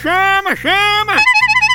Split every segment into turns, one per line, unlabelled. chama, chama!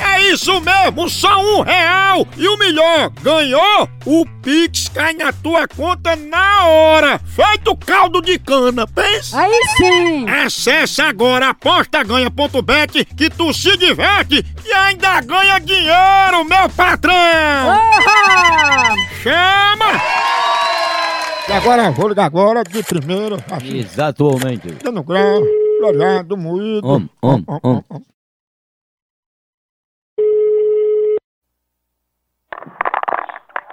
É isso mesmo, só um real! E o melhor, ganhou? O Pix cai na tua conta na hora! Feito caldo de cana, pensa!
Aí sim!
Acesse agora apostaganha.bet que tu se diverte e ainda ganha dinheiro, meu patrão!
Oba!
Chama! E agora, vou ligar agora, de primeiro, assim,
Exatamente.
dando grau, molhado, moído.
Om, om, om.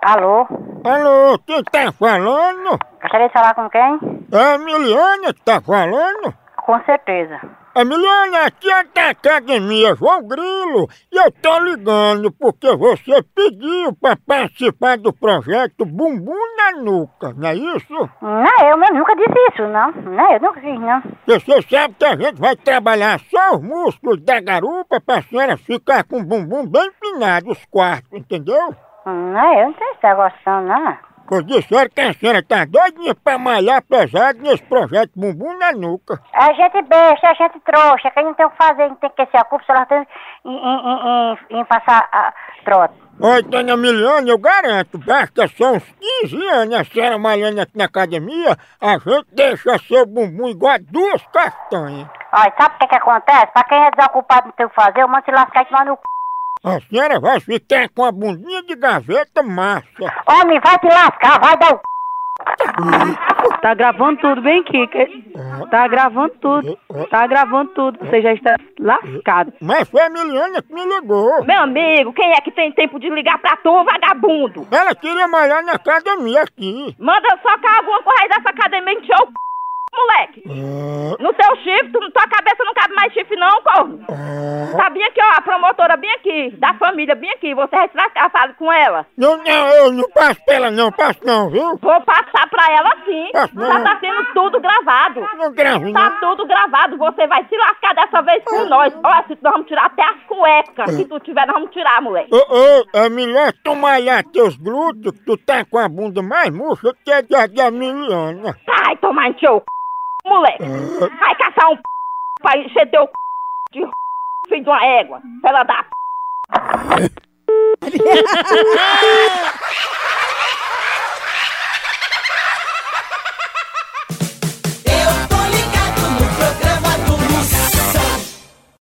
Alô?
Alô, quem tá falando?
Gostaria de falar com quem?
É a Emiliana que tá falando?
Com certeza.
Emiliana, aqui é da academia João Grilo e eu tô ligando porque você pediu pra participar do projeto Bumbum na Nuca, não é isso?
Não, é eu mesmo nunca disse isso, não. Não, é eu nunca fiz, não.
Porque Você sabe que a gente vai trabalhar só os músculos da garupa pra senhora ficar com o bumbum bem empinado, os quartos, entendeu?
Não, eu não sei se tá gostando, não.
Pois disseram que a senhora tá doidinha pra malhar pesado nesse projeto Bumbum na Nuca.
A É gente besta, a gente trouxa. Quem não tem o que fazer, não tem que ser a culpa, só ela tem em, em, em, em passar a trota.
Oi, dona Miliana, eu garanto, basta só uns 15 anos a senhora malhando aqui na academia, a gente deixa seu bumbum igual a duas castanhas.
Olha, sabe o que que acontece? Pra quem é desocupado não tem o que fazer, eu mando se lascar e te mando no c...
A senhora vai ficar com a bundinha de gaveta massa.
Homem, vai te lascar, vai dar o c...
Tá gravando tudo, bem, Kika? Tá gravando tudo. Tá gravando tudo. Você já está lascado.
Mas foi a Miliana que me ligou.
Meu amigo, quem é que tem tempo de ligar pra tu, vagabundo?
Ela queria malhar na academia aqui.
Manda socar alguma coisa aí dessa academia em teu c... moleque.
Ah,
No seu chifre, tu- tua cabeça não cabe mais chifre não, corno.
ah.
Tá bem aqui, ó, a promotora bem aqui, da família bem aqui. Você vai se lascar, fale com ela.
Não, não, eu não passo pra ela não, passo não, viu?
Vou passar pra ela sim.
Ah,
Já tá sendo tudo gravado.
Não grave
Tá
não.
tudo gravado, você vai se lascar dessa vez com nós. Olha, se tu nós vamos tirar até as cuecas. Se tu tiver, nós vamos tirar, moleque.
Ô, ô, é melhor tu malhar teus glúteos, que tu tá com a bunda mais murcha que a da da Miliana.
Vai tomar em teu c... moleque. Vai caçar um c... pra encher teu c... de c... filho de uma égua. Pela da c...